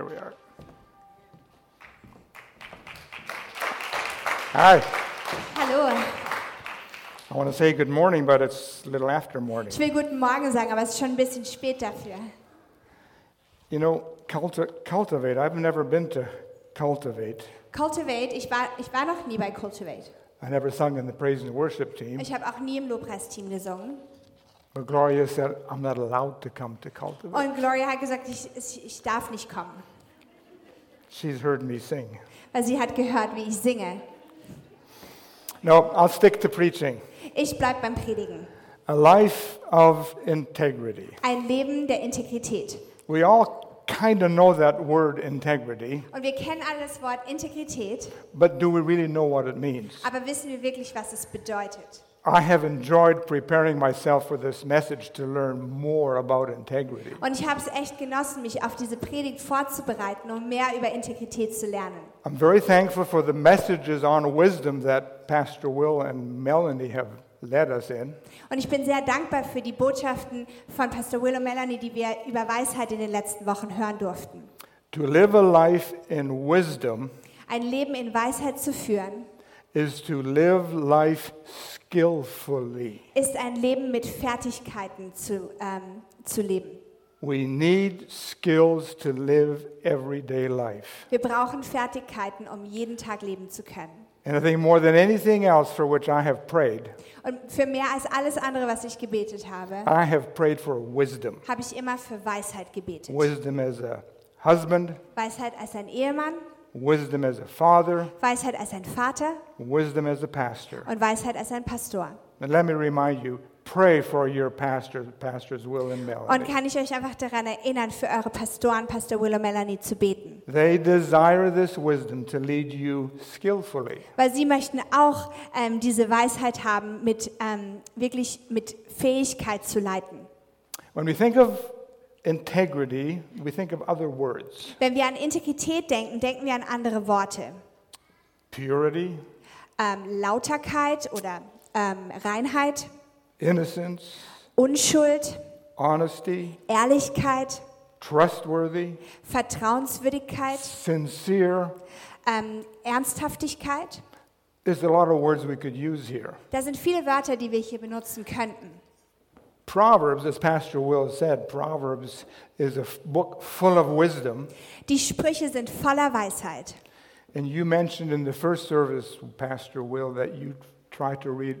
There we are. Hi. Hallo. I want to say good morning, but it's a little after morning. Ich will guten Morgen sagen, aber es ist schon ein bisschen spät dafür. You know, culti- cultivate. I've never been to cultivate. Cultivate, ich war, ich war noch nie bei Cultivate. I never sung in the praise and worship team. Ich habe auch nie im Lobpreisteam gesungen. But Gloria said, I'm not allowed to come to cultivate. Und Gloria hat gesagt, ich, ich, ich darf nicht kommen, She's heard me sing. weil sie hat gehört, wie ich singe. No, I'll stick to preaching. Ich bleibe beim Predigen. A life of integrity. Ein Leben der Integrität. We all kind of know that word integrity, Und wir kennen alle das Wort Integrität, but do we really know what it means? aber wissen wir wirklich, was es bedeutet? I have enjoyed preparing myself for this message to learn more about integrity. Und ich habe es echt genossen, mich auf diese Predigt vorzubereiten, um mehr über Integrität zu lernen. I'm very thankful for the messages on wisdom that Pastor Will and Melanie have led us in. Und ich bin sehr dankbar für die Botschaften von Pastor Will und Melanie, die wir über Weisheit in den letzten Wochen hören durften. To live a life in wisdom Ein Leben in Weisheit zu führen, is to live life skillfully. ist ein Leben mit Fertigkeiten zu, ähm, zu leben. We need skills to live everyday life. Wir brauchen Fertigkeiten, um jeden Tag leben zu können. And I think more than anything else for which I have prayed, Und für mehr als alles andere, was ich gebetet habe, I have prayed for wisdom. habe ich immer für Weisheit gebetet. Wisdom as a husband, Weisheit als ein Ehemann, wisdom as a father, Weisheit als ein Vater wisdom as a pastor. und Weisheit als ein Pastor. And let me remind you, pray for your pastors, pastors Will and Und Melanie. kann ich euch einfach daran erinnern, für eure Pastoren, Pastor Will und Melanie, zu beten. They desire this wisdom to lead you skillfully. Weil sie möchten auch ähm, diese Weisheit haben, mit, ähm, wirklich mit Fähigkeit zu leiten. When we think of integrity, we think of other words Wenn wir an Integrität denken, denken wir an andere Worte. purity, Ähm, Lauterkeit oder ähm, Reinheit, innocence, Unschuld, honesty, Ehrlichkeit, trustworthy, Vertrauenswürdigkeit, sincere. ähm, Ernsthaftigkeit. There's a lot of words we could use here. Da sind viele Wörter, die wir hier benutzen könnten. Proverbs, as Pastor Will said, Proverbs is a f- book full of wisdom. Die Sprüche sind voller Weisheit. And you mentioned in the first service, Pastor Will, that you try to read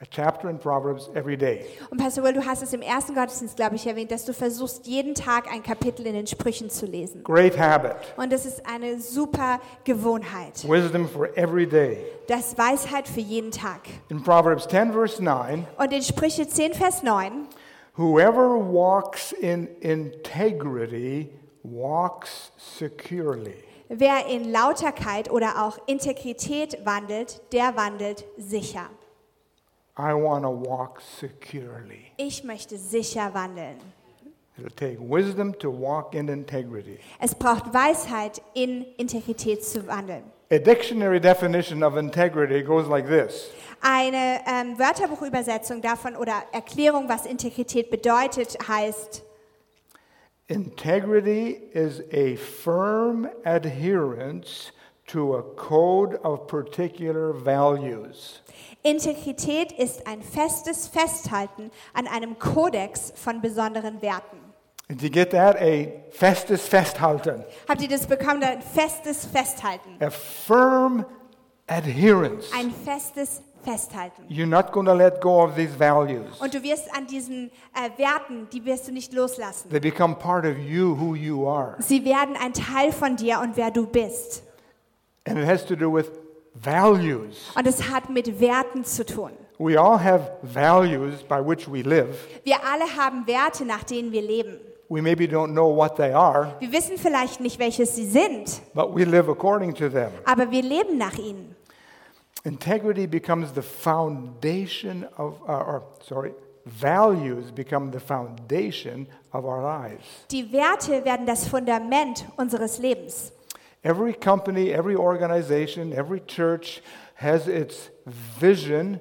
a chapter in Proverbs every day. Und Pastor Will, du hast es im ersten Gottesdienst, glaube ich, erwähnt, dass du versuchst, jeden Tag ein Kapitel in den Sprüchen zu lesen. Great habit. Und das ist eine super Gewohnheit. Wisdom for every day. Das ist Weisheit für jeden Tag. In Proverbs 10, verse 9, Und in Sprüche 10, Vers 9, whoever walks in integrity walks securely. wer in Lauterkeit oder auch Integrität wandelt, der wandelt sicher. I want to walk securely. Ich möchte sicher wandeln. It'll take wisdom to walk in integrity. Es braucht Weisheit, in Integrität zu wandeln. A dictionary definition of integrity goes like this Eine ähm, Wörterbuchübersetzung davon oder Erklärung, was Integrität bedeutet, heißt, Integrity is a firm adherence to a code of particular values. Integrität ist ein festes Festhalten an einem Kodex von besonderen Werten. Did you get that? A festes festhalten. Habt ihr das bekommen? Ein festes Festhalten. A firm adherence. Ein festes Festhalten. You're not going to let go of these values. Und du wirst an diesen äh, Werten, die wirst du nicht loslassen. They become part of you, who you are. Sie werden ein Teil von dir und wer du bist. And it has to do with values. Und es hat mit Werten zu tun. We all have values by which we live. Wir alle haben Werte, nach denen wir leben. We maybe don't know what they are, Wir wissen vielleicht nicht, welches sie sind, but we live according to them. aber wir leben nach ihnen. Integrity becomes the foundation of our, or, sorry, values become the foundation of our lives. Die Werte werden das Fundament unseres Lebens. Every company, every organization, every church has its vision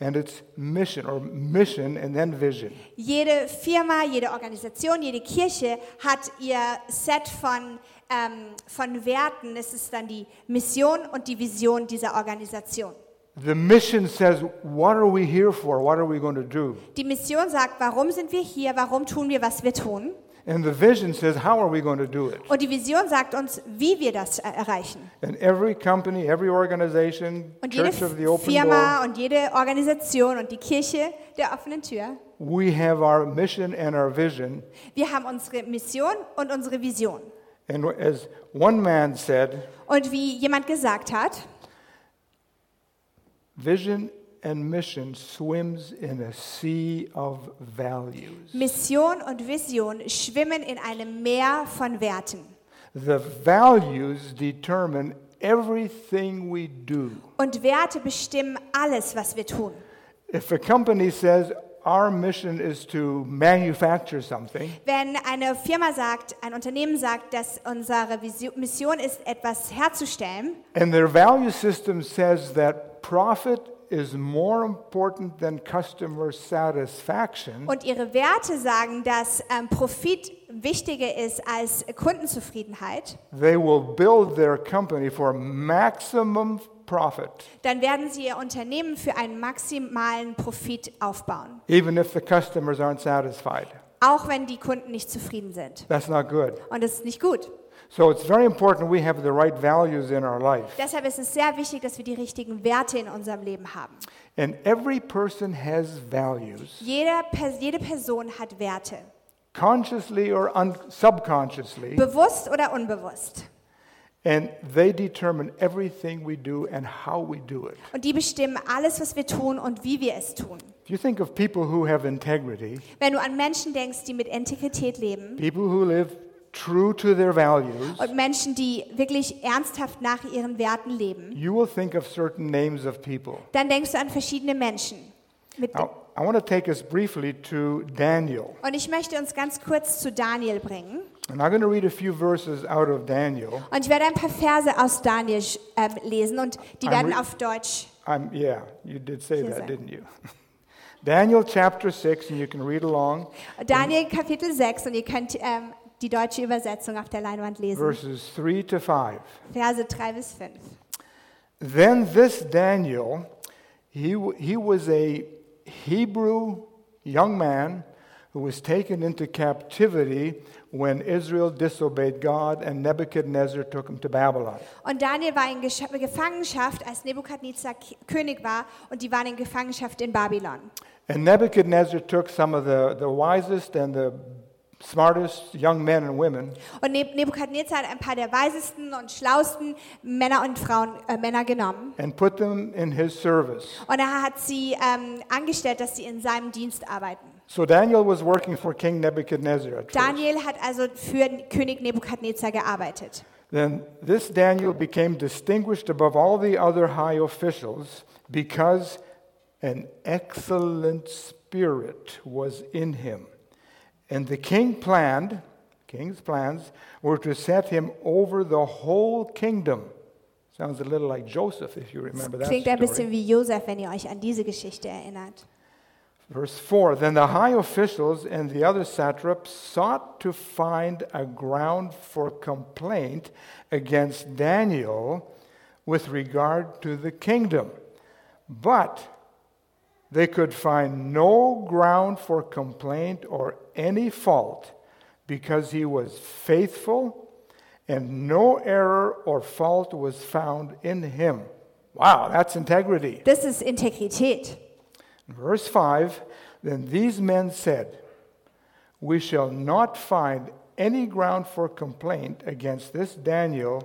and it's mission or mission and then vision. Jede Firma, jede Organisation, jede Kirche hat ihr Set von, ähm, von Werten. Es ist dann die Mission und die Vision dieser Organisation. The mission says, what are we here for? What are we going to do? Die Mission sagt, warum sind wir hier? Warum tun wir, was wir tun? And the vision says, how are we going to do it? Und die Vision sagt uns, wie wir das äh, erreichen. And every company, every organization, Und jede Church of the Open Firma und jede Organisation und die Kirche der offenen Tür, Door, we have our mission and our vision. wir haben unsere Mission und unsere Vision. And as one man said, Und wie jemand gesagt hat, vision and mission swims in a sea of values. Mission und Vision schwimmen in einem Meer von Werten. The values determine everything we do. Und Werte bestimmen alles, was wir tun. If a company says our mission is to manufacture something, Wenn eine Firma sagt, ein Unternehmen sagt, dass unsere Visio- Mission ist, etwas herzustellen, and their value system says that profit is more important than customer satisfaction, und ihre Werte sagen, dass ähm, Profit wichtiger ist als Kundenzufriedenheit, they will build their company for maximum profit, dann werden sie ihr Unternehmen für einen maximalen Profit aufbauen, even if the customers aren't satisfied. auch wenn die Kunden nicht zufrieden sind. That's not good. Und das ist nicht gut. So it's very important we have the right values in our life. Deshalb ist es sehr wichtig, dass wir die richtigen Werte in unserem Leben haben. And every person has values, Jeder, Per- jede Person hat Werte, consciously or un- subconsciously. bewusst oder unbewusst. And they determine everything we do and how we do it. Und die bestimmen alles, was wir tun und wie wir es tun. If you think of people who have integrity, Wenn du an Menschen denkst, die mit Integrität leben people who live true to their values, und Menschen, die wirklich ernsthaft nach ihren Werten leben, you will think of certain names of people. dann denkst du an verschiedene Menschen. Mit Now, I want to take us briefly to Daniel. und ich möchte uns ganz kurz zu Daniel bringen. And I'm going to read a few verses out of Daniel. Und ich werde ein paar Verse aus Daniel ähm, lesen und die I'm werden re- auf Deutsch. I'm, yeah, you did say Yes, that, I- didn't you? Daniel chapter 6, and you can read along, Daniel Kapitel 6 und ihr könnt ähm, die deutsche Übersetzung auf der Leinwand lesen. verses 3 to 5. Verse 3 bis 5. Then this Daniel, he, w- he was a Hebrew young man who was taken into captivity when Israel disobeyed God and Nebuchadnezzar took him to Babylon. Und Daniel war in Gesch- Gefangenschaft, als Nebukadnezar K- König war, und die waren in Gefangenschaft in Babylon. And Nebuchadnezzar took some of the, the wisest and the smartest young men and women, Und Neb Nebukadnezar hat ein paar der weisesten und schlausten Männer und Frauen, äh, Männer genommen. and put them in his service. Und er hat sie ähm, angestellt, dass sie in seinem Dienst arbeiten. So Daniel was working for King Nebuchadnezzar at first. Daniel hat also für den König Nebukadnezar gearbeitet. Then this Daniel became distinguished above all the other high officials because an excellent spirit was in him. And the king planned, king's plans, were to set him over the whole kingdom. Sounds a little like Joseph, if you remember that Klingt ein story. bisschen wie Josef, wenn ihr euch an diese Geschichte erinnert. Verse 4 Then the high officials and the other satraps sought to find a ground for complaint against Daniel with regard to the kingdom. But they could find no ground for complaint or any fault because he was faithful and no error or fault was found in him. Wow, that's integrity. Das ist Integrität. Verse 5 Then these men said, We shall not find any ground for complaint against this Daniel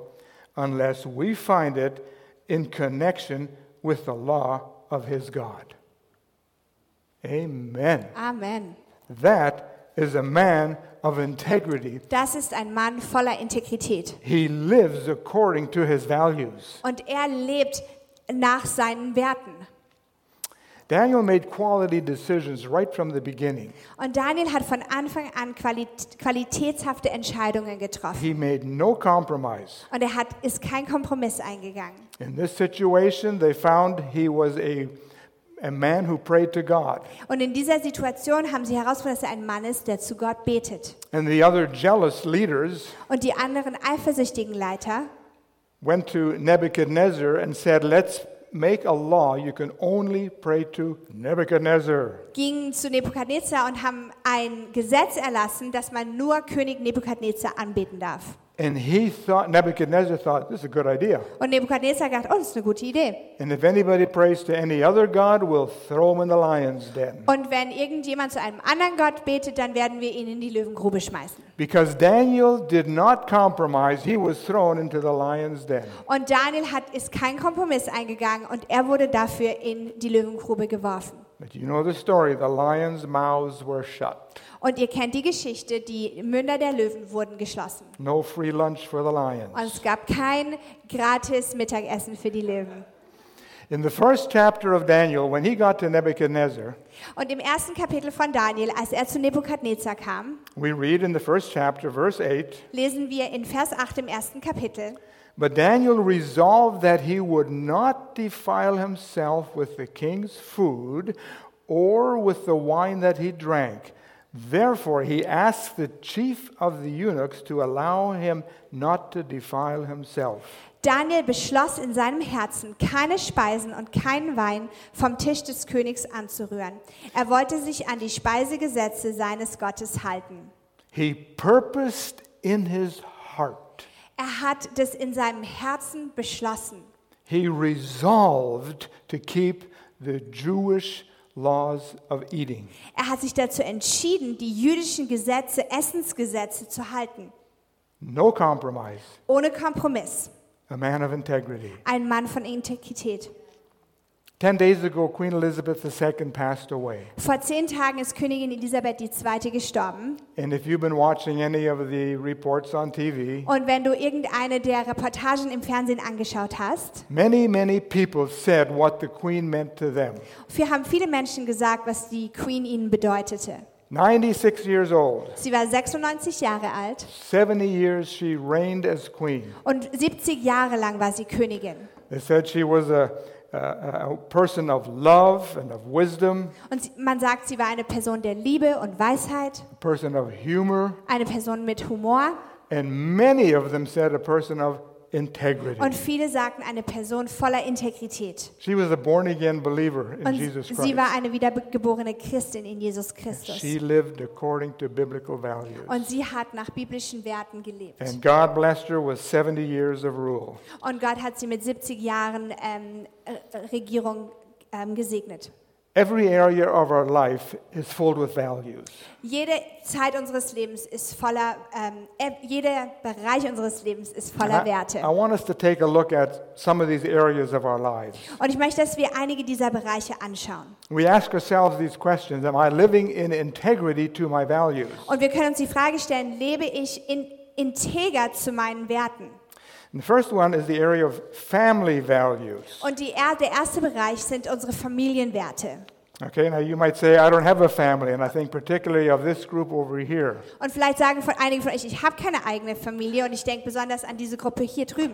unless we find it in connection with the law of his God. Amen. Amen. That is a man of integrity. Das ist ein Mann voller Integrität. He lives according to his values. Und er lebt nach seinen Werten. Daniel made quality decisions right from the beginning. Und Daniel hat von Anfang an quali qualitätshafte Entscheidungen getroffen. He made no compromise. Und er hat, ist kein Kompromiss eingegangen. In this situation, they found he was a, a man who prayed to God. Und in dieser Situation haben sie herausgefunden, dass er ein Mann ist, der zu Gott betet. And the other jealous leaders Und die anderen eifersüchtigen Leiter went to Nebuchadnezzar and said, Let's make a law you can only pray to Nebuchadnezzar. gingen zu Nebukadnezar und haben ein Gesetz erlassen, dass man nur König Nebukadnezar anbeten darf. And he thought, Nebuchadnezzar thought, this is a good idea. Und Nebukadnezar hat gedacht, oh, das ist eine gute Idee. And if anybody prays to any other god, we'll throw him in the lion's den. Und wenn irgendjemand zu einem anderen Gott betet, dann werden wir ihn in die Löwengrube schmeißen. Because Daniel did not compromise, he was thrown into the lion's den. Und Daniel hat, ist kein Kompromiss eingegangen und er wurde dafür in die Löwengrube geworfen. But you know the story the lion's mouths were shut. Und ihr kennt die Geschichte, die Münder der Löwen wurden geschlossen. No free lunch for the Und lions. es gab kein gratis Mittagessen für die Löwen. In the first chapter of Daniel, when he got to Nebuchadnezzar, Und im ersten Kapitel von Daniel, als er zu Nebukadnezar kam, we read in the first chapter, verse 8, lesen wir in Vers 8 im ersten Kapitel. But Daniel resolved that he would not defile himself with the king's food or with the wine that he drank. Therefore, he asked the chief of the eunuchs to allow him not to defile himself. Daniel beschloss in seinem Herzen, keine Speisen und keinen Wein vom Tisch des Königs anzurühren. Er wollte sich an die Speisegesetze seines Gottes halten. He purposed in his heart, Er hat das in seinem Herzen beschlossen. he resolved to keep the Jewish laws of eating. Er hat sich dazu entschieden, die jüdischen Gesetze, Essensgesetze zu halten. No compromise, Ohne Kompromiss. a man of integrity. Ein Mann von Integrität. Ten days ago, Queen Elizabeth II passed away. Vor zehn Tagen ist Königin Elisabeth II. gestorben. And if you've been watching any of the reports on TV, Und wenn du irgendeine der Reportagen im Fernsehen angeschaut hast, many, many people said what the Queen meant to them. wir haben viele Menschen gesagt, was die Queen ihnen bedeutete. 96 years old, Sie war 96 Jahre alt 70 years she reigned as Queen. und 70 Jahre lang war sie Königin. They said she was a, a, a person of love and of wisdom, Und sie- man sagt, sie war eine Person der Liebe und Weisheit, a person of humor, eine Person mit Humor and many of them said a person of integrity. und viele sagten, eine Person voller Integrität. She was a born again believer in Und Jesus sie Christ. war eine wiedergeborene Christin in Jesus Christus. She lived according to biblical values. Und sie hat nach biblischen Werten gelebt. And God blessed her with 70 years of rule. Und Gott hat sie mit 70 Jahren ähm, äh, Regierung ähm, gesegnet. Every area of our life is filled with values. Jede Zeit unseres Lebens ist voller, ähm, äh, jeder Bereich unseres Lebens ist voller And I- I Werte. want us to take a look at some of these areas of our lives. Und ich möchte, dass wir einige dieser Bereiche anschauen. We ask ourselves these questions Am I living in integrity to my values? Und wir können uns die Frage stellen, lebe ich in, integer zu meinen Werten? And the first one is the area of family values. Und die, er- der erste Bereich sind unsere Familienwerte. Okay, now you might say, I don't have a family, and I think particularly of this group over here. Und vielleicht sagen von, einige von euch, ich habe keine eigene Familie und ich denke besonders an diese Gruppe hier drüben.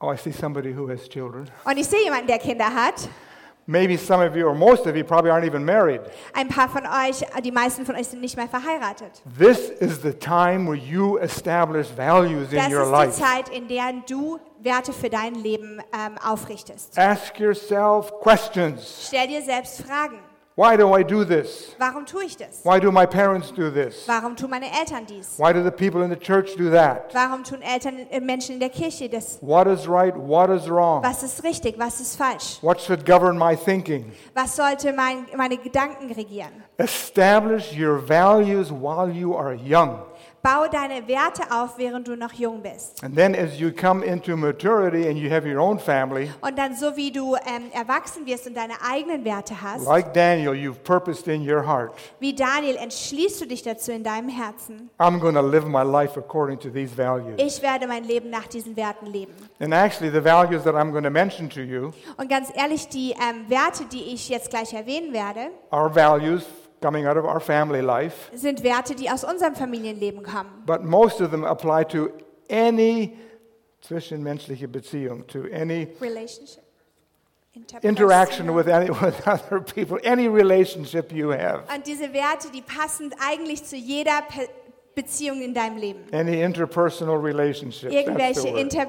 Oh, I see somebody who has children. Und ich sehe jemanden, der Kinder hat. Maybe some of you, or most of you, probably aren't even married. Ein paar von euch, die meisten von euch sind nicht mehr verheiratet. This is the time where you establish values Das in ist your die life. Zeit, in der du Werte für dein Leben ähm, aufrichtest. Ask yourself questions. Stell dir selbst Fragen. Why do I do this? Warum tue ich das? Why do my parents do this? Warum tun meine Eltern dies? Why do the people in the church do that? Warum tun Eltern, äh, Menschen in der Kirche das? What is right? What is wrong? Was ist richtig? Was ist falsch? What should govern my thinking? Was sollte mein, meine Gedanken regieren? Establish your values while you are young. Bau deine Werte auf, während du noch jung bist. And then as you come into maturity and you have your own family, Und dann, so wie du ähm, erwachsen wirst und deine eigenen Werte hast, like Daniel, you've purposed in your heart, wie Daniel, entschließt du dich dazu in deinem Herzen. I'm going to live my life according to these values. Ich werde mein Leben nach diesen Werten leben. And actually, the values that I'm going to mention to you Und ganz ehrlich, die ähm, Werte, die ich jetzt gleich erwähnen werde, are values coming out of our family life. sind Werte, die aus unserem Familienleben kommen. But most of them apply to any zwischenmenschliche Beziehung, to any Relationship. Interpersonal. interaction with, any, with other people, any relationship you have, Und diese Werte, die passen eigentlich zu jeder Pe Beziehung in deinem Leben. any interpersonal relationships. that's the Irgendwelche, word. Inter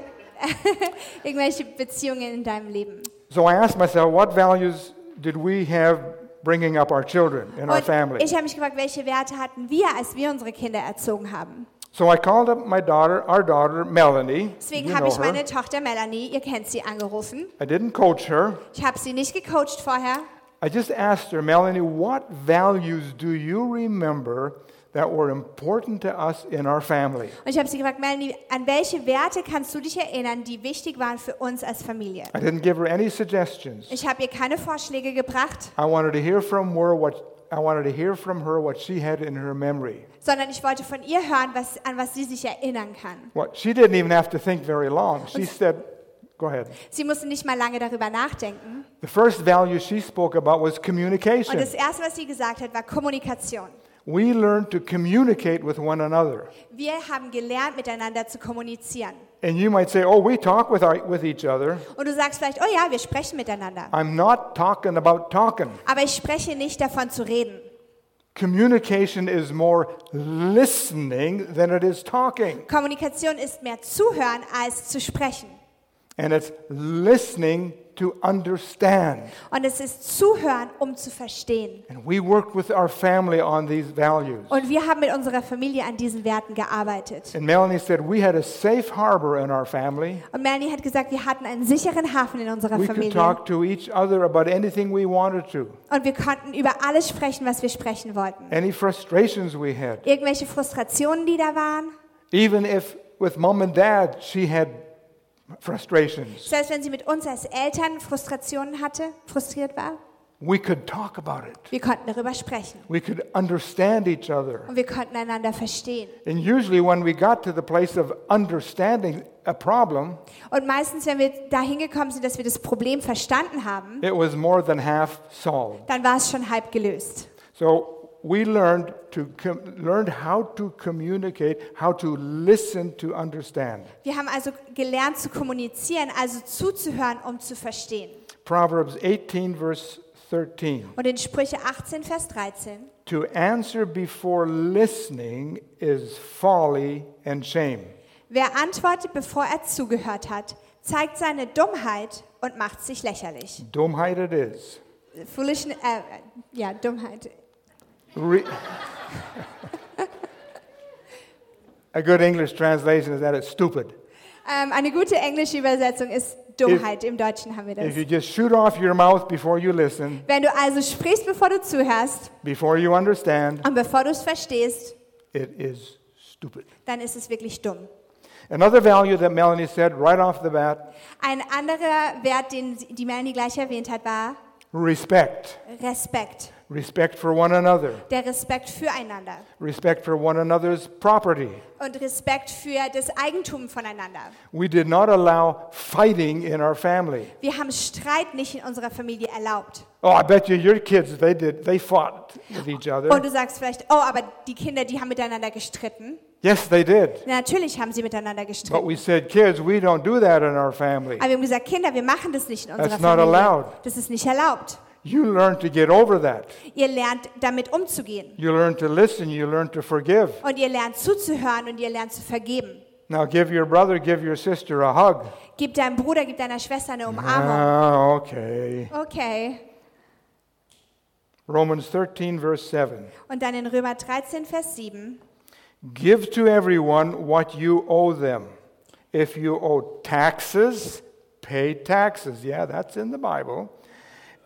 irgendwelche Beziehungen in deinem Leben. so I asked myself, what values did we have bringing up our children in our Und family? ich habe mich gefragt, welche Werte hatten wir, als wir unsere Kinder erzogen haben. So I called up my daughter, our daughter, Melanie. Deswegen You habe know ich her. meine Tochter Melanie, ihr kennt sie, angerufen. I didn't coach her. Ich habe sie nicht gecoacht vorher. I just asked her, Melanie, what values do you remember that were important to us in our family? Und ich habe sie gefragt, Melanie, an welche Werte kannst du dich erinnern, die wichtig waren für uns als Familie? I didn't give her any suggestions. Ich habe ihr keine Vorschläge gebracht, I wanted to hear from her what I wanted to hear from her what she had in her memory. sondern ich wollte von ihr hören, was, an was sie sich erinnern kann. What she didn't even have to think very long. She said, "Go ahead." Sie musste nicht mal lange darüber nachdenken. The first value she spoke about was Und communication. das Erste, was sie gesagt hat, war Kommunikation. We learn to communicate with one another. Wir haben gelernt, miteinander zu kommunizieren. And you might say, "Oh, we talk with our, with each other." Und du sagst vielleicht, oh ja, wir sprechen miteinander. I'm not talking about talking. Aber ich spreche nicht davon zu reden. Communication is more listening than it is talking. Kommunikation ist mehr zuhören als zu sprechen. And it's listening to understand. Und es ist zuhören, um zu verstehen. And we worked with our family on these values. Und wir haben mit unserer Familie an diesen Werten gearbeitet. And Melanie said, We had a safe harbor in our family. Und Melanie hat gesagt, wir hatten einen sicheren Hafen in unserer We could Familie. talk to each other about anything we wanted to, Und wir konnten über alles sprechen, was wir sprechen wollten. any frustrations we had. Irgendwelche Frustrationen, die da waren. Even if with mom and dad she had frustrations, Selbst wenn sie mit uns als Eltern Frustrationen hatte, frustriert war, we could talk about it. wir konnten darüber sprechen. We could understand each other. Und wir konnten einander verstehen. And usually, when we got to the place of understanding a problem, Und meistens, wenn wir dahin gekommen sind, dass wir das Problem verstanden haben, it was more than half solved. dann war es schon halb gelöst. So we learned to com- learned how to communicate, how to listen to understand. Wir haben also gelernt zu kommunizieren, also zuzuhören, um zu verstehen. Proverbs 18 verse 13. Und in Sprüche 18, Vers 13, To answer before listening is folly and shame. wer antwortet, bevor er zugehört hat, zeigt seine Dummheit und macht sich lächerlich. Dumbheit it is. Foolish, äh, ja, Dummheit. Re- a good English translation is that it's stupid. Ähm, eine gute englische Übersetzung ist Dummheit. Im Deutschen haben wir das. If you just shoot off your mouth before you listen, Wenn du also sprichst, bevor du zuhörst before you understand, und bevor du es verstehst, it is stupid. dann ist es wirklich dumm. Another value that Melanie said right off the bat Ein anderer Wert, den sie- die Melanie gleich erwähnt hat, war respect. Respekt. Respect for one another, Der Respekt füreinander respect for one another's property. und Respekt für das Eigentum voneinander. We did not allow fighting in our family. Wir haben Streit nicht in unserer Familie erlaubt. Oh, I bet you your kids, they did, they fought with each Und other. du sagst vielleicht, oh, aber die Kinder, die haben miteinander gestritten. Yes, they did. Na, Natürlich haben sie miteinander But gestritten. we said, kids, we don't do that in our family. Aber wir haben gesagt, Kinder, wir machen das nicht in unserer That's not Familie. allowed. Das ist nicht erlaubt. You learn to get over that. Ihr lernt damit umzugehen. You learn to listen. You learn to forgive. Und ihr lernt zuzuhören und ihr lernt zu vergeben. Now give your brother, give your sister a hug. Gib deinem Bruder, gib deiner Schwester eine Umarmung. Ah, okay. Okay. Romans 13, verse 7. Und dann in Römer 13, Vers 7. Give to everyone what you owe them. If you owe taxes, pay taxes. Yeah, that's in the Bible.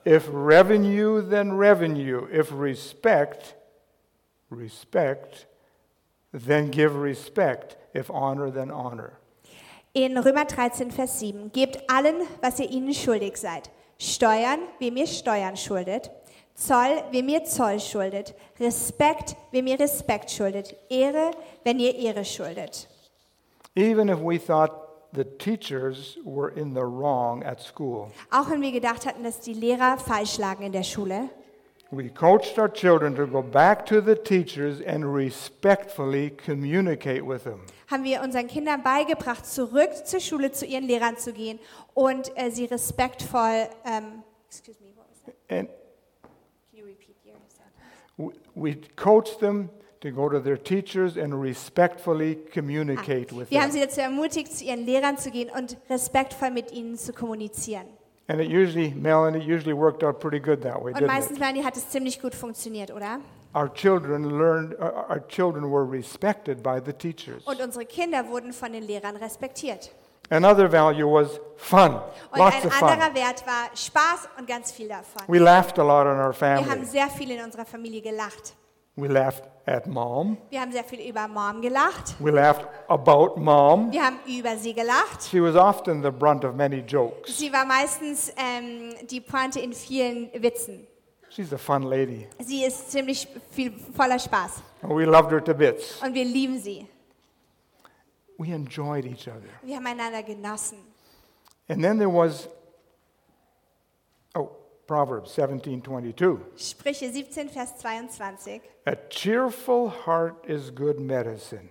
If revenue, then revenue. If respect, respect, then give respect. If honor, then honor. In Römer 13, Vers 7. Gebt allen, was ihr ihnen schuldig seid. Steuern, wem ihr Steuern schuldet. Zoll, wem ihr Zoll schuldet. Respekt, wem ihr Respekt schuldet. Ehre, wenn ihr Ehre schuldet. Even if we thought the teachers were in the wrong at school, Auch wenn wir gedacht hatten, dass die Lehrer falsch lagen in der Schule, We coached our children to go back to the teachers and respectfully communicate with them. haben wir unseren Kindern beigebracht, zurück zur Schule zu ihren Lehrern zu gehen und äh, sie respektvoll. Ähm, excuse me, what was that? And Can you repeat your sentence? w- we coached them to go to their teachers and respectfully communicate with Wir haben them. sie dazu ermutigt, zu ihren Lehrern zu gehen und respektvoll mit ihnen zu kommunizieren. And it usually, Melanie, it usually worked out pretty good that way, Und didn't it? meistens, Melanie, hat es ziemlich gut funktioniert, oder? Our children learned, our our children were respected by the teachers. Und unsere Kinder wurden von den Lehrern respektiert. Another value was fun, Und lots ein of fun. anderer Wert war Spaß und ganz viel davon. We laughed a lot in our Wir haben family. sehr viel in unserer Familie gelacht. We laughed at mom. Wir haben sehr viel über Mom gelacht. We laughed about mom. Wir haben über sie gelacht. She was often the brunt of many jokes. Sie war meistens ähm, die Pointe in vielen Witzen. She's a fun lady. Sie ist ziemlich viel voller Spaß And we loved her to bits. und wir lieben sie. We enjoyed each other. Wir haben einander genossen. And then there was oh, Proverbs 17:22. Sprüche 17, Vers 22. A cheerful heart is good medicine.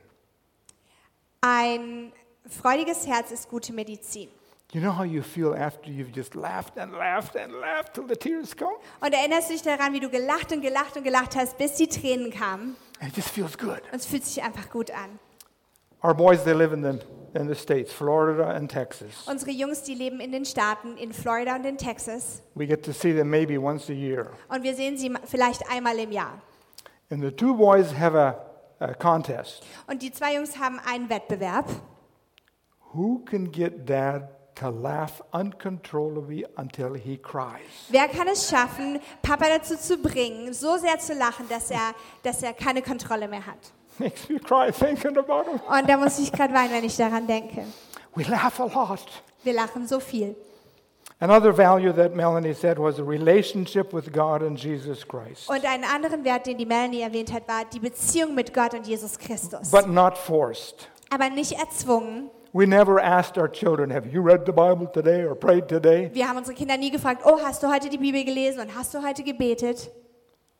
Ein freudiges Herz ist gute Medizin. You know how you feel after you've just laughed and laughed and laughed till the tears come? Und erinnerst du dich daran, wie du gelacht und gelacht und gelacht hast, bis die Tränen kamen? It just feels good. Und es fühlt sich einfach gut an. Our boys, they live in the, in the States, Florida and Texas. Unsere Jungs, die leben in den Staaten, in Florida und in Texas. We get to see them maybe once a year. Und wir sehen sie ma- vielleicht einmal im Jahr. And the two boys have a, a contest. Und die zwei Jungs haben einen Wettbewerb. Who can get dad to laugh uncontrollably until he cries? Wer kann es schaffen, Papa dazu zu bringen, so sehr zu lachen, dass er, dass er keine Kontrolle mehr hat? Makes me cry thinking about him. Und da muss ich gerade weinen, wenn ich daran denke. We laugh a lot. Wir lachen so viel. Another value that Melanie said was a relationship with God and Jesus Christ, Und einen anderen Wert, den die Melanie erwähnt hat, war die Beziehung mit Gott und Jesus Christus. but not forced. Aber nicht erzwungen. We never asked our children, Have you read the Bible today or prayed today? Wir haben unsere Kinder nie gefragt, oh, hast du heute die Bibel gelesen und hast du heute gebetet?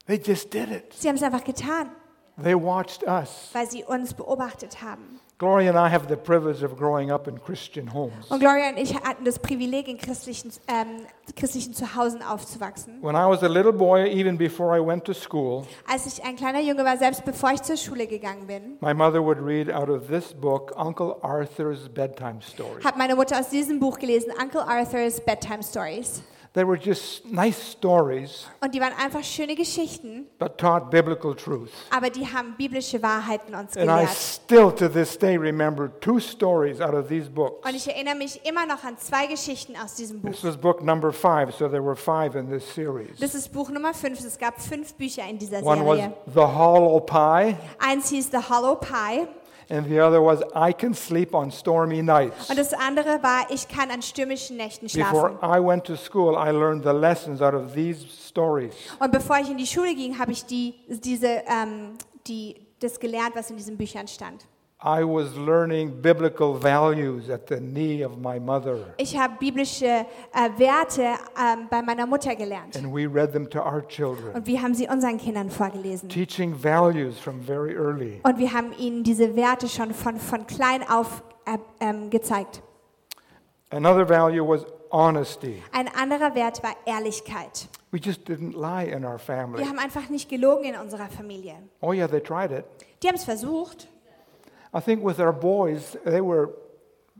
They just did it. Sie haben es einfach getan, They watched us. weil sie uns beobachtet haben. Gloria and I have the privilege of growing up in Christian homes. Und Gloria und ich hatten das Privileg, in christlichen, ähm, christlichen Zuhausen aufzuwachsen. When I was a little boy, even before I went to school, Als ich ein kleiner Junge war, selbst bevor ich zur Schule gegangen bin, my mother would read out of this book, Uncle Arthur's Bedtime Story. hat meine Mutter aus diesem Buch gelesen, Uncle Arthur's Bedtime Stories. They were just nice stories, Und die waren einfach schöne Geschichten, but taught biblical truth. aber die haben biblische Wahrheiten uns And I gelehrt. still to this day remember two stories out of these books. Und ich erinnere mich immer noch an zwei Geschichten aus diesem Buch. This was book number five, so there were five in this series. Das ist Buch Nummer 5. Es gab fünf Bücher in dieser One was Serie. The Hollow Pie, Eins hieß The Hollow Pie and the other was I Can Sleep on Stormy Nights. und das andere war Ich kann an stürmischen Nächten schlafen. Before I went to school, I learned the lessons out of these stories. Und bevor ich in die Schule ging, habe ich die, diese, ähm, die, das gelernt, was in diesen Büchern stand. I was learning biblical values at the knee of my mother, Ich habe biblische äh, Werte ähm, bei meiner Mutter gelernt. and we read them to our children, Und wir haben sie unseren Kindern vorgelesen. teaching values from very early. Und wir haben ihnen diese Werte schon von, von klein auf äh, ähm, gezeigt. Another value was honesty. Ein anderer Wert war Ehrlichkeit. We just didn't lie in our family. Wir haben einfach nicht gelogen in unserer Familie. Oh, yeah, they tried it. Die haben es versucht. I think with our boys, they were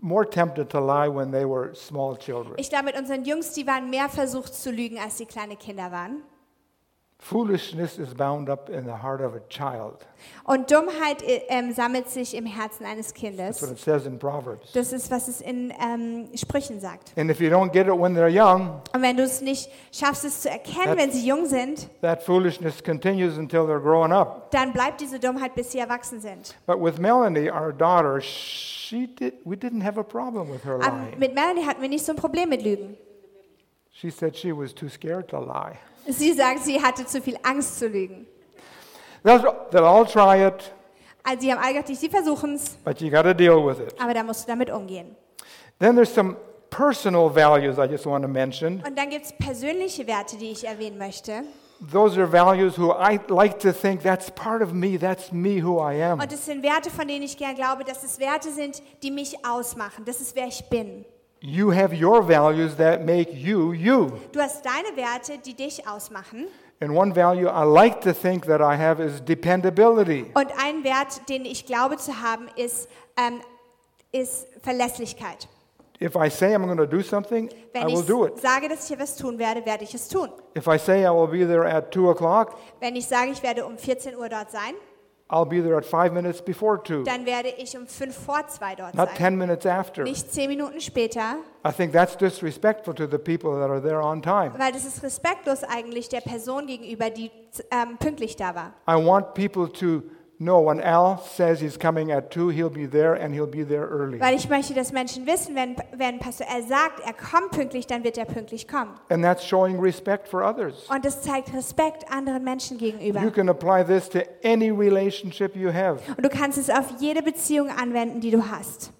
more tempted to lie when they were small children. Ich glaube, mit unseren Jungs, die waren mehr versucht zu lügen, als sie kleine Kinder waren. Foolishness is bound up in the heart of a child. Und Dummheit äh, ähm, sammelt sich im Herzen eines That's what Kindes. it says in Proverbs. Das ist, was es in ähm, Sprüchen sagt. And if you don't get it when they're young, Und wenn du es nicht schaffst, es zu erkennen, That- wenn sie jung sind, that foolishness continues until they're growing up. dann bleibt diese Dummheit, bis sie erwachsen sind. But with Melanie, our daughter, she did, we didn't have a problem with her Aber lying. mit Melanie hatten wir nicht so ein Problem mit Lügen. She said she was too scared to lie. Sie sagt, sie hatte zu viel Angst zu lügen. They'll, they'll all try it, Also sie haben all gedacht, sie versuchen es, but you got to deal with it. aber da musst du damit umgehen. Then there's some personal values I just want to mention. Und dann gibt es persönliche Werte, die ich erwähnen möchte. those are values who I like to think that's part of me, that's me who I am. Und es sind Werte, von denen ich gern glaube, dass es Werte sind, die mich ausmachen. Das ist, wer ich bin. You have your values that make you you. Du hast deine Werte, die dich ausmachen. And one value I like to think that I have is dependability. Und ein Wert, den ich glaube zu haben, ist, ähm, ist Verlässlichkeit. If I say I'm going to do something, I Wenn will ich do it. sage, dass ich etwas tun werde, werde ich es tun. If I say I will be there at 2 o'clock, Wenn ich sage, ich werde um 14 Uhr dort sein, I'll be there at 5 minutes before 2, dann werde ich um 5 vor 2 dort not sein. 10 minutes after. Nicht 10 Minuten später, I think that's disrespectful to the people that are there on time. weil das ist respektlos eigentlich der Person gegenüber, die ähm, pünktlich da war. I want people to know when Al says he's coming at 2, he'll be there and he'll be there early. Weil ich möchte, dass Menschen wissen, wenn, wenn Pastor L sagt, er kommt pünktlich, dann wird er pünktlich kommen. And that's showing respect for others. Und das zeigt Respekt anderen Menschen gegenüber. You can apply this to any relationship you have. Und du kannst es auf jede Beziehung anwenden, die du hast.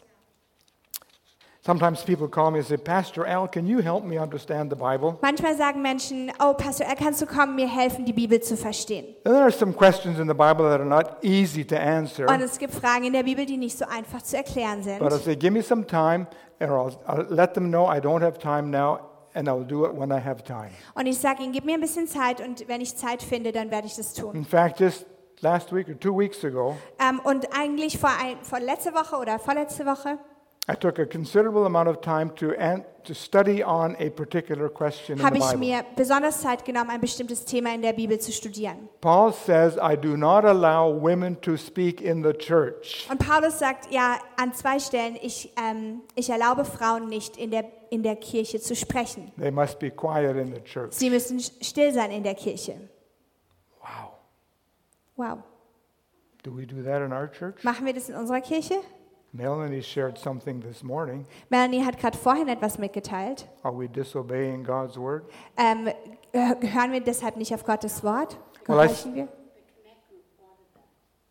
Sometimes people call me and say, Pastor Al, can you help me understand the Bible? Manchmal sagen Menschen, oh Pastor L, kannst du kommen, mir helfen, die Bibel zu verstehen. And there are some questions in the Bible that are not easy to answer. Und es gibt Fragen in der Bibel, die nicht so einfach zu erklären sind. But I say, give me some time, and I'll, I'll let them know I don't have time now, and I'll do it when I have time. Und ich sage ihnen, gib mir ein bisschen Zeit und wenn ich Zeit finde, dann werde ich das tun. In fact, just last week or two weeks ago, Ähm, und eigentlich vor, ein, vor letzte Woche oder vorletzte Woche I took a considerable amount of time to, an- to study on a particular question in habe the ich Bible. mir besonders Zeit genommen, ein bestimmtes Thema in der Bibel zu studieren. Paul says, I do not allow women to speak in the church. Und Paulus sagt ja an zwei Stellen, ich, ähm, ich erlaube Frauen nicht, in der, in der Kirche zu sprechen. They must be quiet in the church. Sie müssen still sein in der Kirche. Wow. Wow. Do we do that in our church? Machen wir das in unserer Kirche? Melanie shared something this morning. Melanie hat gerade vorhin etwas mitgeteilt. Are we disobeying God's word? Ähm, hö- hören wir deshalb nicht auf Gottes Wort? Well, I- Gehorchen wir?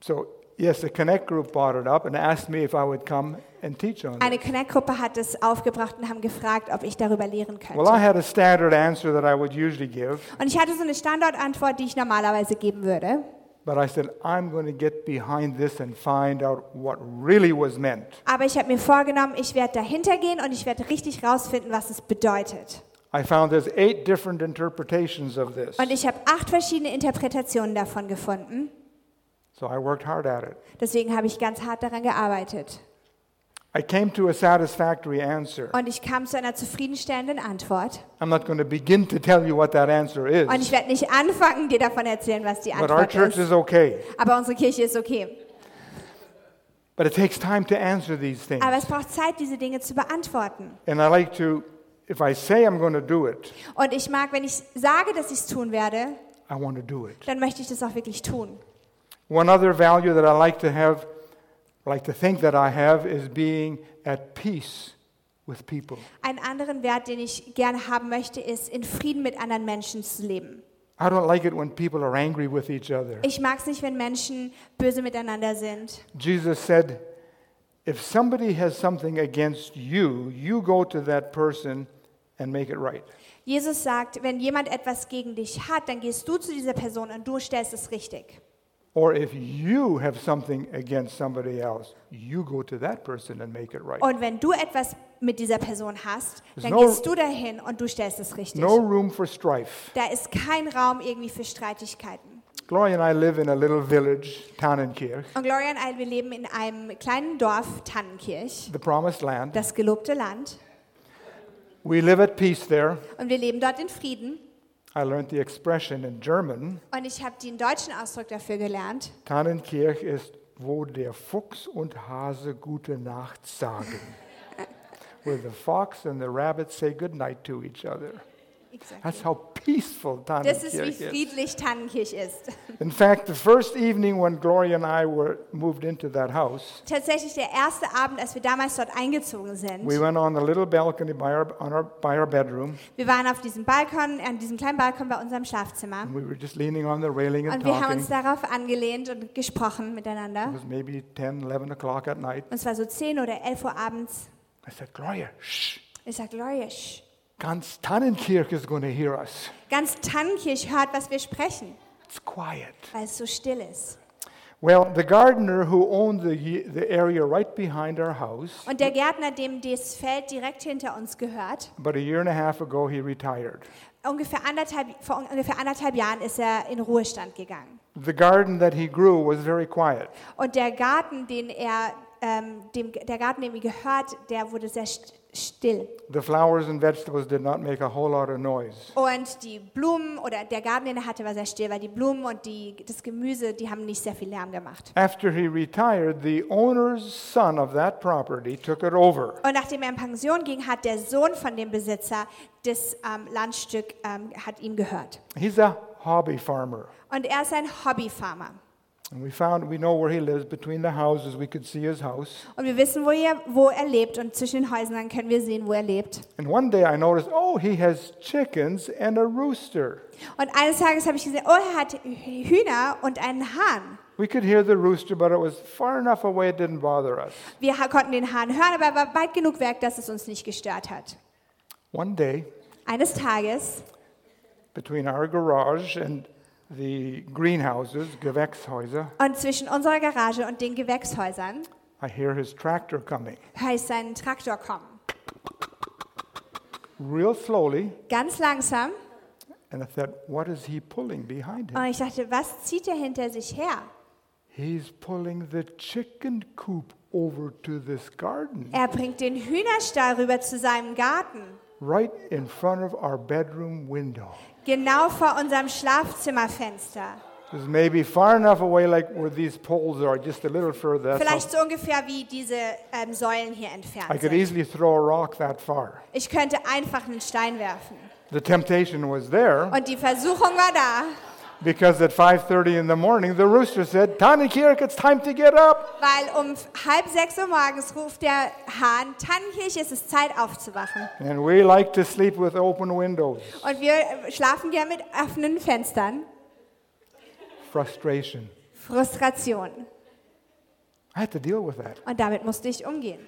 So, yes, the Connect group brought it up and asked me if I would come and teach on it. Eine Connect-Gruppe hat es aufgebracht und haben gefragt, ob ich darüber lehren Well, I könnte. had a standard answer that I would usually give, Und ich hatte so eine Standortantwort, die ich normalerweise geben würde. but I said, I'm going to get behind this and find out what really was meant. Aber ich habe mir vorgenommen, ich werde dahinter gehen und ich werde richtig rausfinden, was es bedeutet. I found there's eight different interpretations of this, Und ich habe acht verschiedene Interpretationen davon gefunden. so I worked hard at it. Deswegen habe ich ganz hart daran gearbeitet. I came to a satisfactory answer. Und ich kam zu einer zufriedenstellenden Antwort. I'm not going to begin to tell you what that answer is, Und ich werde nicht anfangen, dir davon erzählen, was die but our Antwort church ist. is okay. Aber unsere Kirche ist okay. But it takes time to answer these things. Aber es braucht Zeit, diese Dinge zu beantworten. And I like to, if I say I'm going to do it, Und ich mag, wenn ich sage, dass ich es tun werde, I want to do it. dann möchte ich das auch wirklich tun. One other value that I like to have, like to think that I have, is being at peace with people. Einen anderen Wert, den ich gerne haben möchte, ist, in Frieden mit anderen Menschen zu leben. I don't like it when people are angry with each other. Ich mag es nicht, wenn Menschen böse miteinander sind. Jesus said, if somebody has something against you, you go to that person and make it right. Jesus sagt, wenn jemand etwas gegen dich hat, dann gehst du zu dieser Person und du stellst es richtig. Or if you have something against somebody else, you go to that person and make it right. Und wenn du etwas mit dieser Person hast, dann No- gehst du dahin und du stellst es richtig. No room for strife. Da ist kein Raum irgendwie für Streitigkeiten. Gloria and I live in a little village, Tannenkirch, Und Gloria und ich, wir leben in einem kleinen Dorf, Tannenkirch, the promised land. das gelobte Land. We live at peace there. Und wir leben dort in Frieden. I learned the expression in German, Und ich habe den deutschen Ausdruck dafür gelernt. Tannenkirch ist, wo der Fuchs und Hase gute Nacht sagen. Where the fox and the rabbit say good night to each other. That's how peaceful Das ist, wie Tannenkirch is. friedlich Tannenkirch ist. In fact, the first evening when Gloria and I were moved into that house, Tatsächlich der erste Abend, als wir damals dort eingezogen we sind. went on a little balcony by our, on our, by our bedroom, Wir waren auf diesem Balkon, an diesem kleinen Balkon bei unserem Schlafzimmer. and we were just leaning on the railing and Und wir haben talking. uns darauf angelehnt und gesprochen It miteinander. was maybe 10, 11 o'clock at night. Und zwar so 10 oder 11 Uhr abends. I said, Gloria, shh, Ich sage, Gloria, shh. Ganz Tannenkirch is going to hear us. Ganz Tannenkirch hört, was wir sprechen, It's quiet. weil es so still ist. Well, the gardener who owned the, ye- the area right behind our house, Und der Gärtner, dem das Feld direkt hinter uns gehört, about a year and a half ago, he retired. ungefähr anderthalb, vor ungefähr anderthalb Jahren ist er in Ruhestand gegangen. The garden that he grew was very quiet. Und der Garten, den er, ähm, dem, der Garten, dem ihm gehört, der wurde sehr st- still. The flowers and vegetables did not make a whole lot of noise. Und die Blumen oder der Garten, den er hatte, war sehr still, weil die Blumen und die, das Gemüse, die haben nicht sehr viel Lärm gemacht. After he retired, the owner's son of that property took it over. Und nachdem er in Pension ging, hat der Sohn von dem Besitzer das ähm, Landstück ähm, hat ihm gehört. He's a hobby farmer. Und er ist ein Hobbyfarmer. And we found, we know where he lives. Between the houses, we could see his house. Und wir wissen, wo er, wo er lebt. Und zwischen den Häusern können wir sehen, wo er lebt. And one day I noticed, oh, he has chickens and a rooster. Und eines Tages habe ich gesehen, oh, er hat Hühner und einen Hahn. We could hear the rooster, but it was far enough away it didn't bother us. Wir ha- konnten den Hahn hören, aber er war weit genug weg, dass es uns nicht gestört hat. One day, Eines Tages between our garage and the greenhouses, Gewächshäuser, und zwischen unserer Garage und den Gewächshäusern I hear his tractor coming. höre ich seinen Traktor kommen. Real slowly, Ganz langsam. and I said, What is he pulling behind him? Und ich dachte, was zieht er hinter sich her? He's pulling the chicken coop over to this garden, Er bringt den Hühnerstall rüber zu seinem Garten. right in front of our bedroom window. Genau vor unserem Schlafzimmerfenster. It was maybe far enough away, like where these poles are, just a little further. That's how- Vielleicht so ungefähr wie diese ähm, Säulen hier I entfernt could sind. easily throw a rock that far. Ich könnte einfach einen Stein werfen. The temptation was there Und die Versuchung war da, because at 5:30 in the morning, the rooster said, "Tani Kirk, it's time to get up." weil um halb sechs Uhr morgens ruft der Hahn, Tannenkirch, es ist Zeit aufzuwachen. And we like to sleep with open windows. Und wir schlafen gern mit offenen Fenstern. Frustration. Frustration. I had to deal with that. Und damit musste ich umgehen.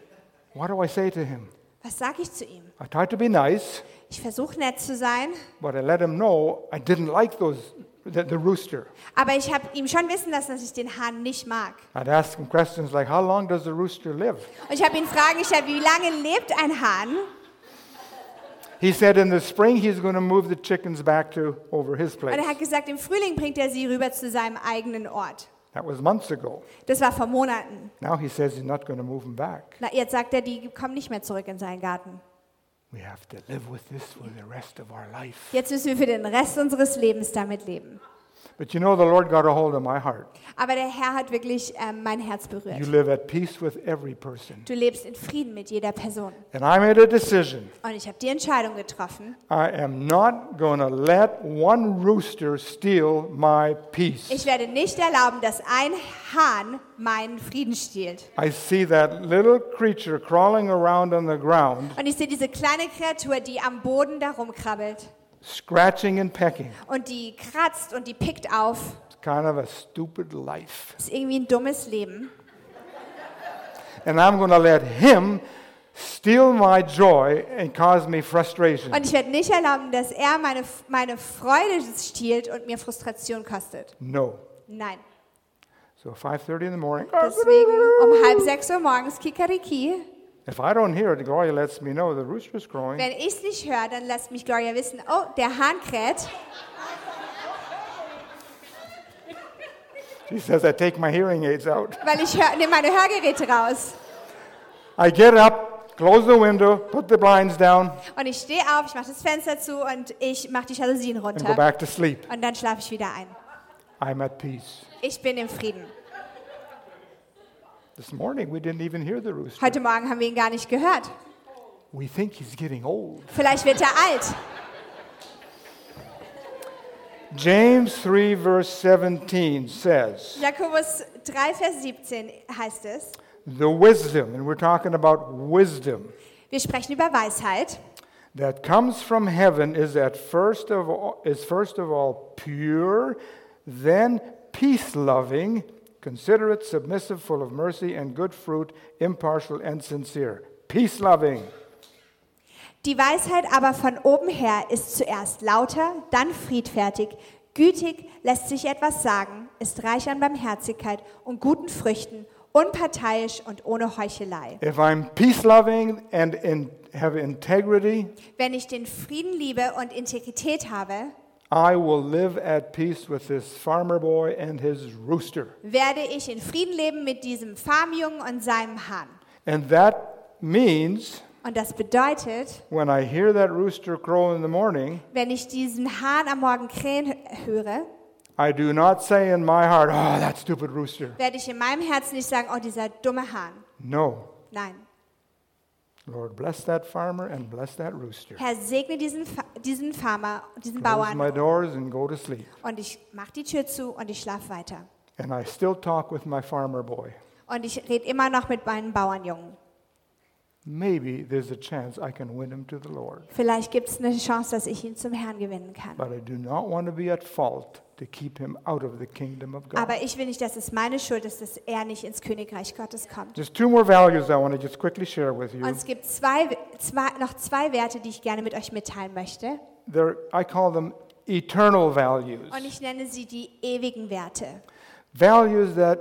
What do I say to him? Was sage ich zu ihm? I tried to be nice, Ich versuche nett zu sein, but I let him know I didn't like those the, the rooster. aber ich habe ihm schon wissen lassen, dass ich den Hahn nicht mag. I'd ask him questions like, "How long does the rooster live?" Und ich habe ihn Fragen gestellt, wie lange lebt ein Hahn? He said in the spring he's going to move the chickens back to over his Und place. er hat gesagt, im Frühling bringt er sie rüber zu seinem eigenen Ort. That was months ago. Das war vor Monaten. Now he says he's not going to move them back. Na, jetzt sagt er, die kommen nicht mehr zurück in seinen Garten. We have to live with this for the rest of our life. Jetzt müssen wir für den Rest unseres Lebens damit leben. But you know, the Lord got a hold of my heart. Aber der Herr hat wirklich ähm, mein Herz You berührt. live at peace with every person. Du lebst in Frieden mit jeder Person. And I made a decision. Und ich habe die Entscheidung getroffen. I am not going to let one rooster steal my Ich peace. werde nicht erlauben, dass ein Hahn meinen Frieden stiehlt. I see that little creature crawling around on the ground, Und ich sehe diese kleine Kreatur, die am Boden da rumkrabbelt scratching and pecking. und die kratzt und die pickt auf. It's kind of a stupid life. Das ist irgendwie ein dummes Leben. And I'm going to let him steal my joy and cause me frustration. Und ich werde nicht erlauben, dass er meine, meine Freude stiehlt und mir Frustration kostet. No. Nein. So 5:30 in the morning. Deswegen um halb sechs Uhr morgens Kikariki. If I don't hear it, Gloria lets me know the rooster's crowing. Wenn ich es nicht höre, dann lasst mich Gloria wissen, oh, der Hahn kräht. She says I take my hearing aids out. weil ich hör, nehme meine Hörgeräte raus. I get up, close the window, put the blinds down, Und ich stehe auf, ich mache das Fenster zu und ich mache die Jalousien and go runter. back to sleep. Und dann schlafe ich wieder ein. I'm at peace. Ich bin im Frieden. This morning we didn't even hear the rooster. Heute Morgen haben wir ihn gar nicht gehört. We think he's getting old. Vielleicht wird er alt. James 3 verse 17 says, Jakobus 3, Vers 17 heißt es, "The wisdom, and we're talking about wisdom wir sprechen über Weisheit, that comes from heaven is at first of all, is first of all pure, then peace-loving, considerate, submissive, full of mercy and good fruit, impartial and sincere. Peace-loving. Die Weisheit aber von oben her ist zuerst lauter, dann friedfertig, gütig, lässt sich etwas sagen, ist reich an Barmherzigkeit und guten Früchten, unparteiisch und ohne Heuchelei. If I'm peace loving and in, have integrity, Wenn ich den Frieden liebe und Integrität habe, I will live at peace with this farmer boy and his rooster. werde ich in Frieden leben mit diesem Farmjungen und seinem Hahn. And that means Und das bedeutet, when I hear that rooster crow in the morning, wenn ich diesen Hahn am Morgen krähen höre, I do not say in my heart, oh, that stupid rooster. werde ich in meinem Herzen nicht sagen, oh, dieser dumme Hahn. No. Nein. Lord, bless that farmer and bless that rooster. Herr, segne diesen, Fa diesen Farmer, diesen Close my Bauern. doors and go to sleep. Und ich mache die Tür zu und ich schlafe weiter. And I still talk with my farmer boy. Und ich rede immer noch mit meinen Bauernjungen. Maybe there's a chance I can win him to the Lord. Vielleicht gibt es eine Chance, dass ich ihn zum Herrn gewinnen kann. But I do not want to be at fault to keep him out of the kingdom of God. Aber ich will nicht, dass es meine Schuld ist, dass er nicht ins Königreich Gottes kommt. Just two more values I want to just quickly share with Und you. es gibt zwei, zwei, noch zwei Werte, die ich gerne mit euch mitteilen möchte. They're, I call them eternal values. Und ich nenne sie die ewigen Werte. Values that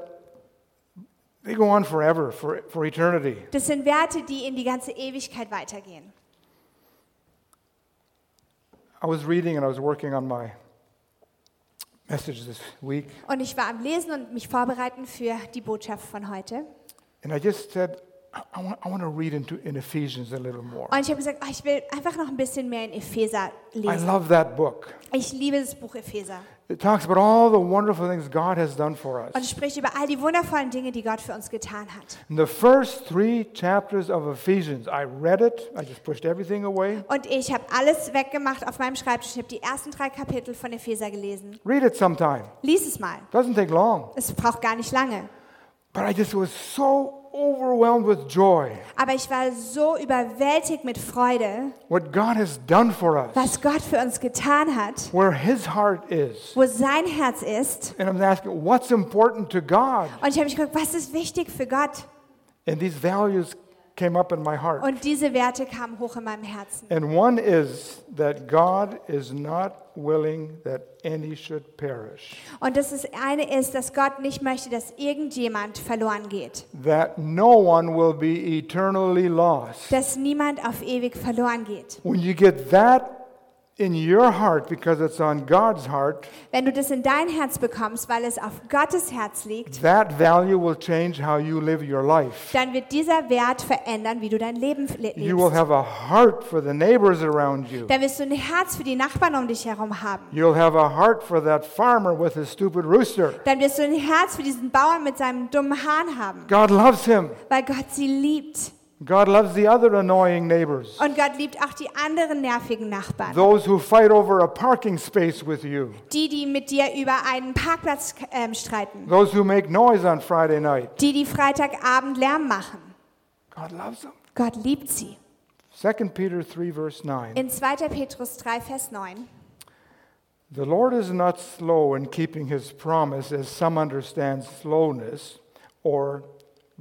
they go on forever, for, for eternity. Das sind Werte, die in die ganze Ewigkeit weitergehen. I was reading and I was working on my message this week, Und ich war am Lesen und mich vorbereiten für die Botschaft von heute. and I just said, I, I, want, I want to read into in Ephesians a little more. Und ich habe gesagt, oh, ich will einfach noch ein bisschen mehr in Epheser I lesen. love that book. Ich liebe das Buch Epheser It talks about all the wonderful things God has done for und us. spricht über all die wundervollen Dinge, die Gott für uns getan hat. In the first three chapters of Ephesians, I read it, I just pushed everything away. Und ich habe alles weggemacht auf meinem Schreibtisch. Ich habe die ersten drei Kapitel von Epheser gelesen. Read it sometime. Lies es mal. Doesn't take long. Es braucht gar nicht lange. But I just was so overwhelmed with joy. Aber ich war so überwältigt mit Freude, What God has done for us, was Gott für uns getan hat, where His heart is. wo sein Herz ist. And I'm asking, what's important to God? Und ich habe mich gefragt, was ist wichtig für Gott? And these values came up in my heart. Und diese Werte kamen hoch in meinem Herzen. And one is that God is not willing that any should perish, Und das ist, eine ist, dass Gott nicht möchte, dass irgendjemand verloren geht. that no one will be eternally lost. Dass niemand auf ewig verloren geht. When you get that in your heart because it's on God's heart, Wenn du das in dein Herz bekommst, weil es auf Gottes Herz liegt, that value will change how you live your life. dann wird dieser Wert verändern, wie du dein Leben le- You will lebst. have a heart for the neighbors around you. Dann wirst du ein Herz für die Nachbarn um dich herum haben. You'll have a heart for that farmer with his stupid rooster. Dann wirst du ein Herz für diesen Bauern mit seinem dummen Hahn haben, God loves him. weil Gott sie liebt. God loves the other annoying neighbors. Und Gott liebt auch die anderen nervigen Nachbarn. Those who fight over a parking space with you. Die, die mit dir über einen Parkplatz ähm, streiten. Those who make noise on Friday night. Die, die Freitagabend Lärm machen. God loves them. Gott liebt sie. 2 Peter 3, verse 9. In 2. Petrus 3, Vers 9. The Lord is not slow in keeping his promise, as some understand slowness, or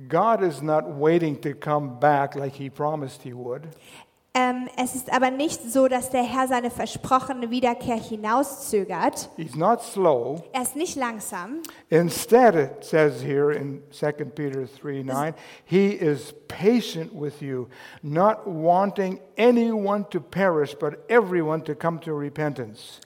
God is not waiting to come back like he promised he would. Ähm, es ist aber nicht so, dass der Herr seine versprochene Wiederkehr hinauszögert. He's not slow. Er ist nicht langsam, Instead, it says here in 2 Peter 3 9, he is patient with you, not wanting anyone to perish, but everyone to come to repentance.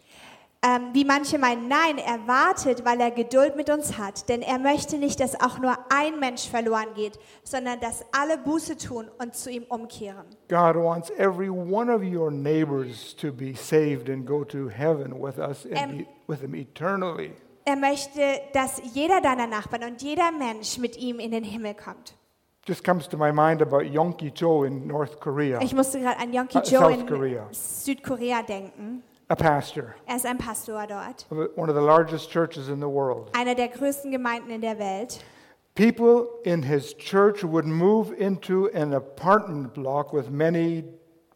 ähm, wie manche meinen. Nein, er wartet, weil er Geduld mit uns hat. Denn er möchte nicht, dass auch nur ein Mensch verloren geht, sondern dass alle Buße tun und zu ihm umkehren. God wants every one of your neighbors to be saved and go to heaven with us and Em- be with him eternally. Er möchte, dass jeder deiner Nachbarn und jeder Mensch mit ihm in den Himmel kommt. Just comes to my mind about Yonki Cho in North Korea, Ich musste gerade an Yonki Äh, Joe South in Korea. Südkorea denken. a pastor Er ist ein Pastor dort. of one of the largest churches in the world. einer der größten Gemeinden in der Welt. People in his church would move into an apartment block with many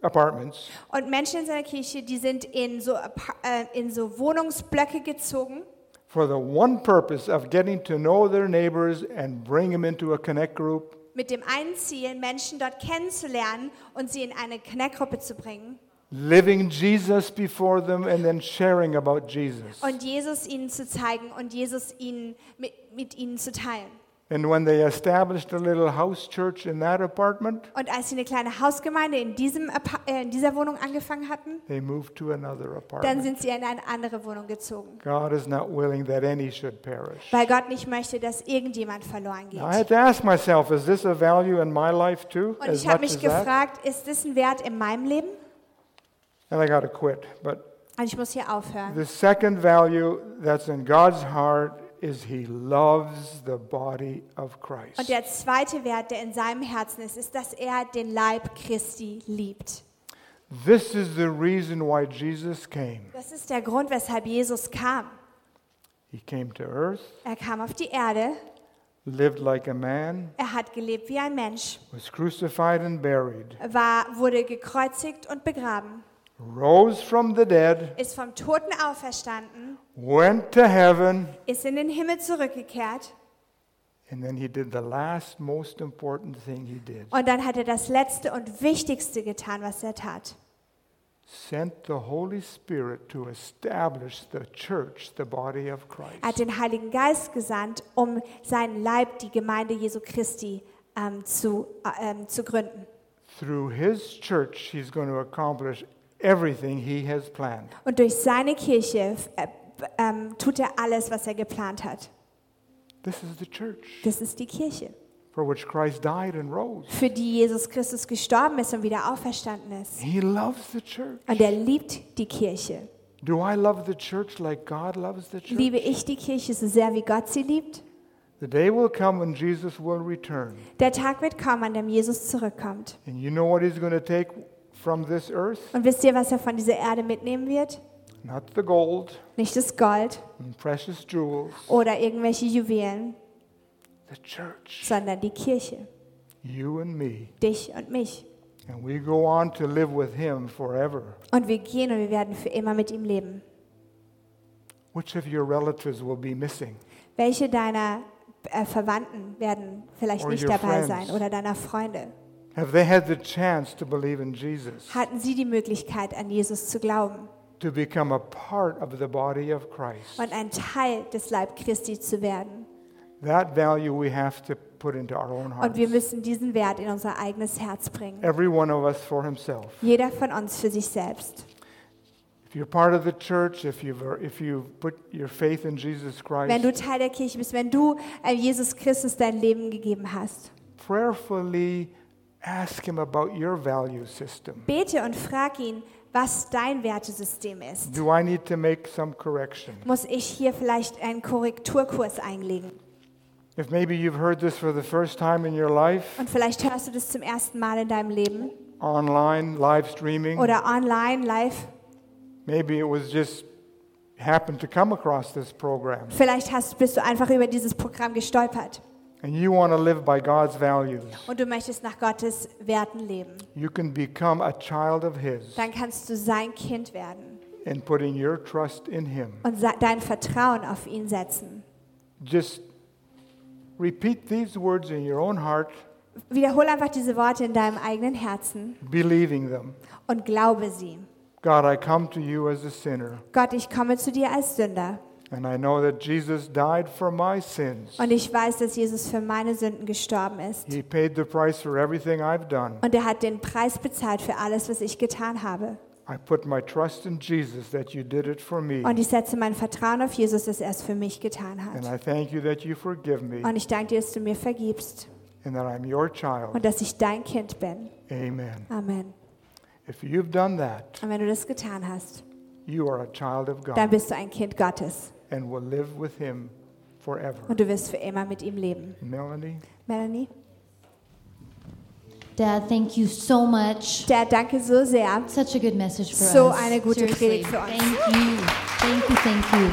apartments, Und Menschen in seiner Kirche, die sind in so, Apa- äh, in so Wohnungsblöcke gezogen, for the one purpose of getting to know their neighbors and bring them into a connect group mit dem einen Ziel, Menschen dort kennenzulernen und sie in eine Connect-Gruppe zu bringen living Jesus before them and then sharing about Jesus. und Jesus ihnen zu zeigen und Jesus ihnen mit, mit ihnen zu teilen. And when they established a little house church in that apartment, Und als sie eine kleine Hausgemeinde in, diesem, Apa- äh, in dieser Wohnung angefangen hatten, they moved to another dann apartment. sind sie in eine andere Wohnung gezogen, God is not willing that any should perish. weil Gott nicht möchte, dass irgendjemand verloren geht. Now, I had to ask myself, is this a value in my life too? Und As ich habe much as mich that? gefragt, ist das ein Wert in meinem Leben? And I got to quit. But Und Also ich muss hier aufhören. the second value that's in God's heart is He loves the body of Und Christ. der zweite Wert, der in seinem Herzen ist, ist, dass er den Leib Christi liebt. This is the reason why Jesus came. Das ist der Grund, weshalb Jesus kam. He came to earth, Er kam auf die Erde, lived like a man, er hat gelebt wie ein Mensch, was crucified and buried, war, wurde gekreuzigt und begraben, rose from the dead, ist vom Toten auferstanden, went to heaven, ist in den Himmel zurückgekehrt and then he did the last most important thing he did und dann hat er das Letzte und Wichtigste getan, was er tat. sent the Holy Spirit to establish the church, the body of Er hat Christ. den Heiligen Geist gesandt, um seinen Leib, die Gemeinde Jesu Christi, ähm, zu, äh, ähm, zu gründen. Through his church, he's going to accomplish everything he has planned. Und durch seine Kirche äh, b- ähm, tut er alles, was er geplant hat. This is the church Das ist die Kirche, for which Christ died and rose. für die Jesus Christus gestorben ist und wieder auferstanden ist. He loves the church. Und er liebt die Kirche. Do I love the church like God loves the church? Liebe ich die Kirche so sehr, wie Gott sie liebt? The day will come when Jesus will return. Der Tag wird kommen, an dem Jesus zurückkommt. And you know what he's going to take from this earth? Und wisst ihr, was er von dieser Erde mitnehmen wird? Not the gold Nicht das Gold and precious jewels, oder irgendwelche Juwelen, the church, sondern die Kirche, you and me. dich und mich. And we go on to live with him forever. Und wir gehen und wir werden für immer mit ihm leben. Which of your relatives will be missing? Welche deiner äh, Verwandten werden vielleicht Or nicht your dabei friends. sein oder deiner Freunde? Have they had the chance to believe in Jesus, Hatten sie die Möglichkeit, an Jesus zu glauben to become a part of the body of Christ? und ein Teil des Leib Christi zu werden? That value we have to put into our own Und wir hearts. müssen diesen Wert in unser eigenes Herz bringen. Every one of us for himself. Jeder von uns für sich selbst. If you're part of the church, if you've, if you've put your faith in Jesus Wenn Christ, du Teil der Kirche bist, wenn du äh, Jesus Christus dein Leben gegeben hast, prayerfully ask him about your value system. bete und frag ihn, was dein Wertesystem ist. Do I need to make some correction? Muss ich hier vielleicht einen Korrekturkurs einlegen? If maybe you've heard this for the first time in your life, Und vielleicht hörst du das zum ersten Mal in deinem Leben online, live streaming, oder online, live. maybe it was just happened to come across this program Vielleicht hast, bist du einfach über dieses Programm gestolpert and you want to live by God's values. und du möchtest nach Gottes Werten leben. You can become a child of His Dann kannst du sein Kind werden in putting your trust in Him. und sa- dein Vertrauen auf ihn setzen. Just repeat these words in your own heart, Wiederhole einfach diese Worte in deinem eigenen Herzen believing them. und glaube sie. God, I come to you as a sinner. Gott, ich komme zu dir als Sünder And I know that Jesus died for my sins. und ich weiß, dass Jesus für meine Sünden gestorben ist. He paid the price for everything I've done. Und er hat den Preis bezahlt für alles, was ich getan habe. I put my trust in Jesus that you did it for me. Und ich setze mein Vertrauen auf Jesus, dass er es für mich getan And hat. I thank you that you forgive me Und ich danke dir, dass du mir vergibst and that I'm your und child. dass ich dein Kind bin. Amen. Amen. If you've done that, Und wenn du das getan hast, you are a child of dann God bist du ein Kind Gottes and will live with Him forever. und du wirst für immer mit ihm leben. Melanie? Melanie? Dad, thank you so much. Dad, danke so sehr. Such a good message for So us. eine gute Seriously. Predigt für uns. Thank you. Thank you, thank you.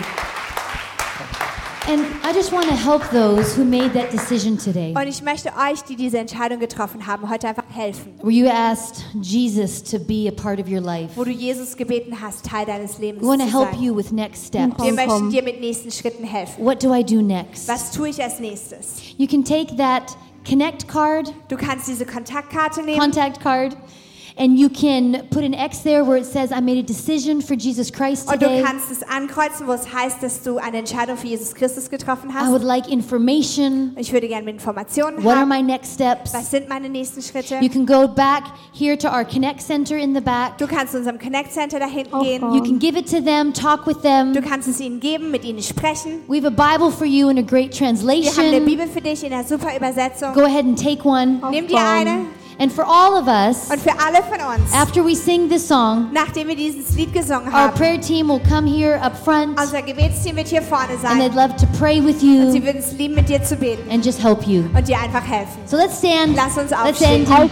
And I just want to help those who made that decision today. Und ich möchte euch, die diese Entscheidung getroffen haben, heute einfach helfen. Where you asked Jesus to be a part of your life. Wo We du Jesus gebeten hast, Teil deines Lebens want to zu help sein. you with next Wir steps. möchten dir mit nächsten Schritten helfen. What do I do next? Was tue ich als nächstes? You can take that connect card, Du kannst diese Kontaktkarte nehmen contact card, and you can put an X there where it says, I made a decision for Jesus Christ und du today. kannst es ankreuzen, wo es heißt, dass du eine Entscheidung für Jesus Christus getroffen I hast. would like information. ich würde gerne Informationen What are haben. my next steps? Was sind meine nächsten Schritte? You can go back here to our Connect Center in the back. Du kannst zu unserem Connect Center da hinten gehen. You can give it to them, talk with them. Du kannst es ihnen geben, mit ihnen sprechen. We have a Bible for you and a great Wir haben eine translation. Bibel für dich in einer super Übersetzung. Go ahead and take one. Nimm dir eine. And for all of us, Und für alle von uns, after we sing this song, nachdem wir dieses Lied gesungen our haben, prayer team will come here up front unser Gebetsteam wird hier vorne and they'd sein. love to pray with Und sie you würden es lieben, mit dir zu beten and just help you. und dir einfach helfen. So let's stand. Lass uns Let's aufstehen. end in